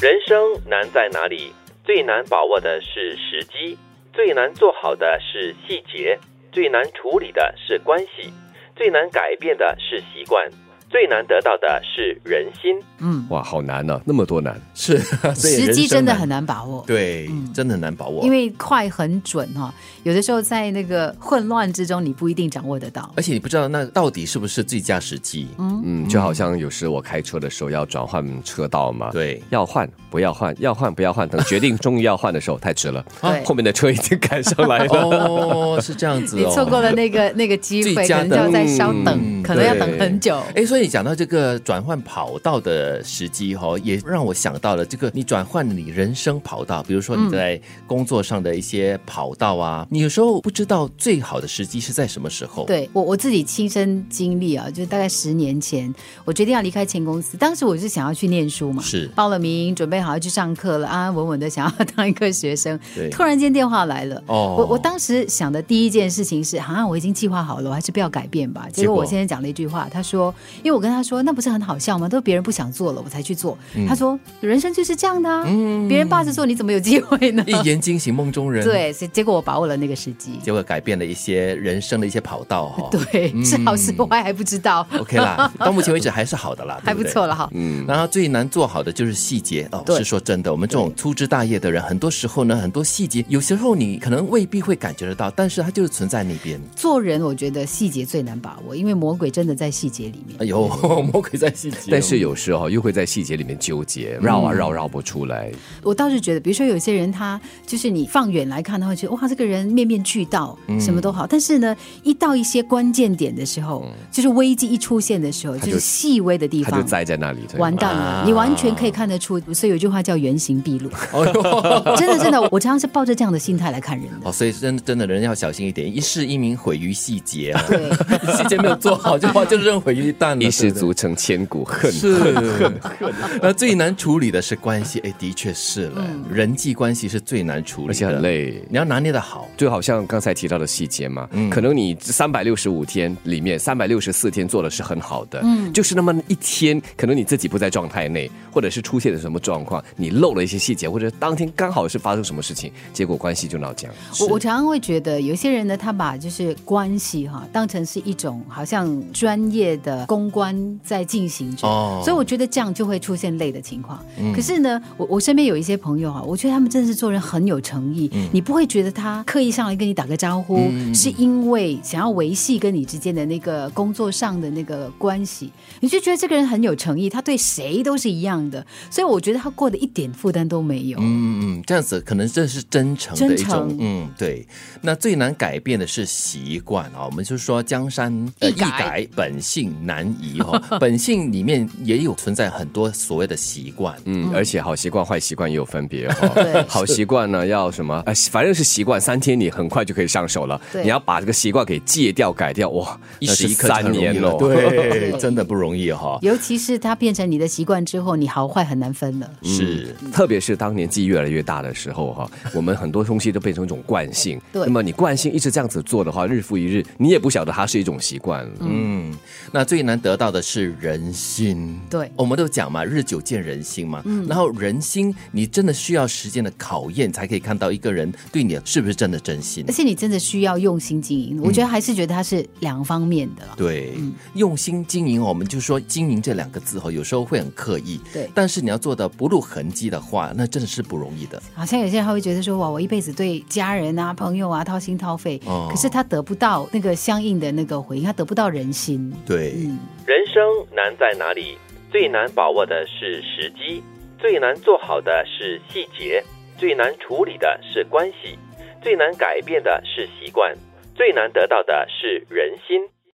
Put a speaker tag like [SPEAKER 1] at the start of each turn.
[SPEAKER 1] 人生难在哪里？最难把握的是时机，最难做好的是细节，最难处理的是关系，最难改变的是习惯，最难得到的是人心。
[SPEAKER 2] 嗯，
[SPEAKER 3] 哇，好难呐、那么多难。
[SPEAKER 2] 是 所以
[SPEAKER 4] 时
[SPEAKER 2] 人
[SPEAKER 4] 机
[SPEAKER 2] 生
[SPEAKER 4] 真的
[SPEAKER 2] 难
[SPEAKER 4] 很难把握。
[SPEAKER 2] 对，
[SPEAKER 4] 嗯
[SPEAKER 2] 真的很难把握，
[SPEAKER 4] 因为快很准哈、有的时候在那个混乱之中，你不一定掌握得到。
[SPEAKER 2] 而且你不知道那到底是不是最佳时机。
[SPEAKER 3] 嗯，就好像有时我开车的时候要转换车道嘛，，
[SPEAKER 2] 对，
[SPEAKER 3] 要换不要换，要换不要换，等决定终于要换的时候太迟了，
[SPEAKER 4] 对
[SPEAKER 3] 后面的车已经赶上来 了。
[SPEAKER 2] 哦，是这样子
[SPEAKER 4] 你
[SPEAKER 2] 哦。
[SPEAKER 4] 错过了那个 那个机
[SPEAKER 2] 最
[SPEAKER 4] 会，可
[SPEAKER 2] 佳
[SPEAKER 4] 能
[SPEAKER 2] 的
[SPEAKER 4] 就要再稍等，
[SPEAKER 2] 嗯
[SPEAKER 4] 可能要等
[SPEAKER 3] 对
[SPEAKER 4] 很久。
[SPEAKER 2] 哎，所以讲到这个转换跑道的时机哈、哦，也让我想到了这个你转换你人生跑道，比如说你
[SPEAKER 4] 嗯
[SPEAKER 2] 在工作上的一些跑道啊，你有时候不知道最好的时机是在什么时候。，
[SPEAKER 4] 对我我自己亲身经历啊，就大概十年前，我决定要离开前公司。当时我是想要去念书嘛，
[SPEAKER 2] 是
[SPEAKER 4] 报了名，准备好要去上课了，安安稳稳的想要当一个学生
[SPEAKER 2] 对。
[SPEAKER 4] 突然间电话来了，
[SPEAKER 2] 哦
[SPEAKER 4] 我我当时想的第一件事情是，啊，我已经计划好了，我还是不要改变吧。结
[SPEAKER 2] 结
[SPEAKER 4] 果
[SPEAKER 2] 果
[SPEAKER 4] 我现在讲了一句话，他说，因为我跟他说，那不是很好笑吗？都是别人不想做了，我才去做。
[SPEAKER 2] 嗯
[SPEAKER 4] 他说，人生就是这样的啊，别人霸着做，你怎么有机会呢？
[SPEAKER 2] 一言惊醒梦中人。。
[SPEAKER 4] 对，所以结果我把握了那个时机。
[SPEAKER 2] 结果改变了一些人生的一些跑道哈、哦。
[SPEAKER 4] 对，是好是坏还不知道，
[SPEAKER 2] OK 啦，到目前为止还是好 的啦，
[SPEAKER 4] 还
[SPEAKER 2] 对
[SPEAKER 4] 不
[SPEAKER 2] 对
[SPEAKER 4] 错了哈。
[SPEAKER 3] 嗯，
[SPEAKER 2] 然后最难做好的就是细节哦，
[SPEAKER 4] 对
[SPEAKER 2] 是说真的，我们这种粗枝大叶的人，很多时候呢，很多细节，有时候你可能未必会感觉得到，但是它就是存在那边。
[SPEAKER 4] 做人，我觉得细节最难把握，因为魔鬼真的在细节里面。
[SPEAKER 2] 哎呦， 魔鬼在细节哦、
[SPEAKER 3] 但是有时候又会在细节里面纠结，绕
[SPEAKER 4] 嗯
[SPEAKER 3] 啊绕绕不出来。
[SPEAKER 4] 我倒是觉得，比如说有些人他就是你放远来看，他会觉得哇，这个人面面俱到，
[SPEAKER 3] 嗯
[SPEAKER 4] 什么都好。但是呢，一到一些关键点的时候，就是危机一出现的时候，就是细微的地
[SPEAKER 3] 嗯他就
[SPEAKER 4] 方。
[SPEAKER 3] 栽在那里，对
[SPEAKER 4] 完蛋
[SPEAKER 2] 啊
[SPEAKER 4] 了，你完全可以看得出，所以有句话叫原形毕露。
[SPEAKER 2] 哦哎
[SPEAKER 4] 真的真的，我常常是抱着这样的心态来看人的。
[SPEAKER 2] 哦，所以真真的人要小心一点，一世英名毁于细节啊，
[SPEAKER 4] 对，
[SPEAKER 2] 细节没有做好，就话就扔毁 于蛋了，
[SPEAKER 3] 一失
[SPEAKER 2] 对不对
[SPEAKER 3] 足成千古恨。
[SPEAKER 2] 是，那最难处理的是关系，哎，的确是了，人际关系是最难处理的，
[SPEAKER 3] 而且很，累。
[SPEAKER 2] 你要拿捏的好。
[SPEAKER 3] 就好像刚才提到的细节嘛，可能你三百六十五天里面，三百六十四天做的是很好的，就是那么一天，可能你自己不在状态内，或者是出现了什么状况，你漏了一些细节，或者当天刚好是发生什么事情，结果关系就闹僵。
[SPEAKER 4] 我我常常会觉得，有些人呢，他把就是关系哈、当成是一种好像专业的公关在进行着，
[SPEAKER 2] 哦嗯
[SPEAKER 4] 所以我觉得这样就会出现累的情况。可是呢，我我身边有一些朋友啊，我觉得他们真的是做人很有诚意，
[SPEAKER 2] 嗯
[SPEAKER 4] 你不会觉得他刻意上来跟你打个招呼，是因为想要维系跟你之间的那个工作上的那个关系，你就觉得这个人很有诚意，他对谁都是一样的，所以我觉得他过得一点负担都没有。
[SPEAKER 2] 嗯嗯，这样子可能这是真诚的
[SPEAKER 4] 真
[SPEAKER 2] 一种
[SPEAKER 4] 诚，
[SPEAKER 2] 嗯，对。那最难改变的是习惯啊、我们就说江山呃
[SPEAKER 4] 易改
[SPEAKER 2] 本性难移哈、哦， 本性里面也有存在很多所谓的习惯。
[SPEAKER 3] 嗯，而且好习惯、坏习惯也有分别哦
[SPEAKER 4] 对。
[SPEAKER 3] 好习惯呢，要什么？哎，反正是习惯，三天你很快就可以上手了。
[SPEAKER 4] 对
[SPEAKER 3] 你要把这个习惯给戒掉、改掉，哇，
[SPEAKER 2] 一
[SPEAKER 3] 那
[SPEAKER 2] 时
[SPEAKER 3] 是
[SPEAKER 2] 一刻就
[SPEAKER 3] 三
[SPEAKER 2] 很容易
[SPEAKER 3] 年
[SPEAKER 2] 了
[SPEAKER 3] 哦。
[SPEAKER 2] 对，
[SPEAKER 4] 对
[SPEAKER 2] 真的不容易哈、
[SPEAKER 4] 尤其是它变成你的习惯之后，你好坏很难分了。
[SPEAKER 2] 是，
[SPEAKER 3] 特别是当年纪越来越大的时候哈，我们很多东西都变成一种惯性。
[SPEAKER 4] 对
[SPEAKER 3] 那么你惯性一直这样子做的话，日复一日，你也不晓得它是一种习惯。嗯，
[SPEAKER 2] 嗯，那最难得到的是人心。
[SPEAKER 4] 对
[SPEAKER 2] 我们都讲嘛，日久见人心嘛。然后人心，你真的需要时间的考验，才可以看到一个人对你是不是真的真心
[SPEAKER 4] 而。且你真的需要用心经营，我觉得还是觉得它是两方面的啦。
[SPEAKER 2] 对，用心经营，我们就说“经营”这两个字哦，有时候会很刻意。
[SPEAKER 4] 对
[SPEAKER 2] 但是你要做的不露痕迹的话，那真的是不容易的。
[SPEAKER 4] 好像有些人他会觉得说，哇，我一辈子对家人啊、朋友啊掏心掏肺，
[SPEAKER 2] 哦
[SPEAKER 4] 可是他得不到那个相应的那个回应，他得不到人心。
[SPEAKER 2] 对，
[SPEAKER 1] 人生难在哪里？最难把握的是时机，最难做好的是细节，最难处理的是关系，最难改变的是习惯，最难得到的是人心。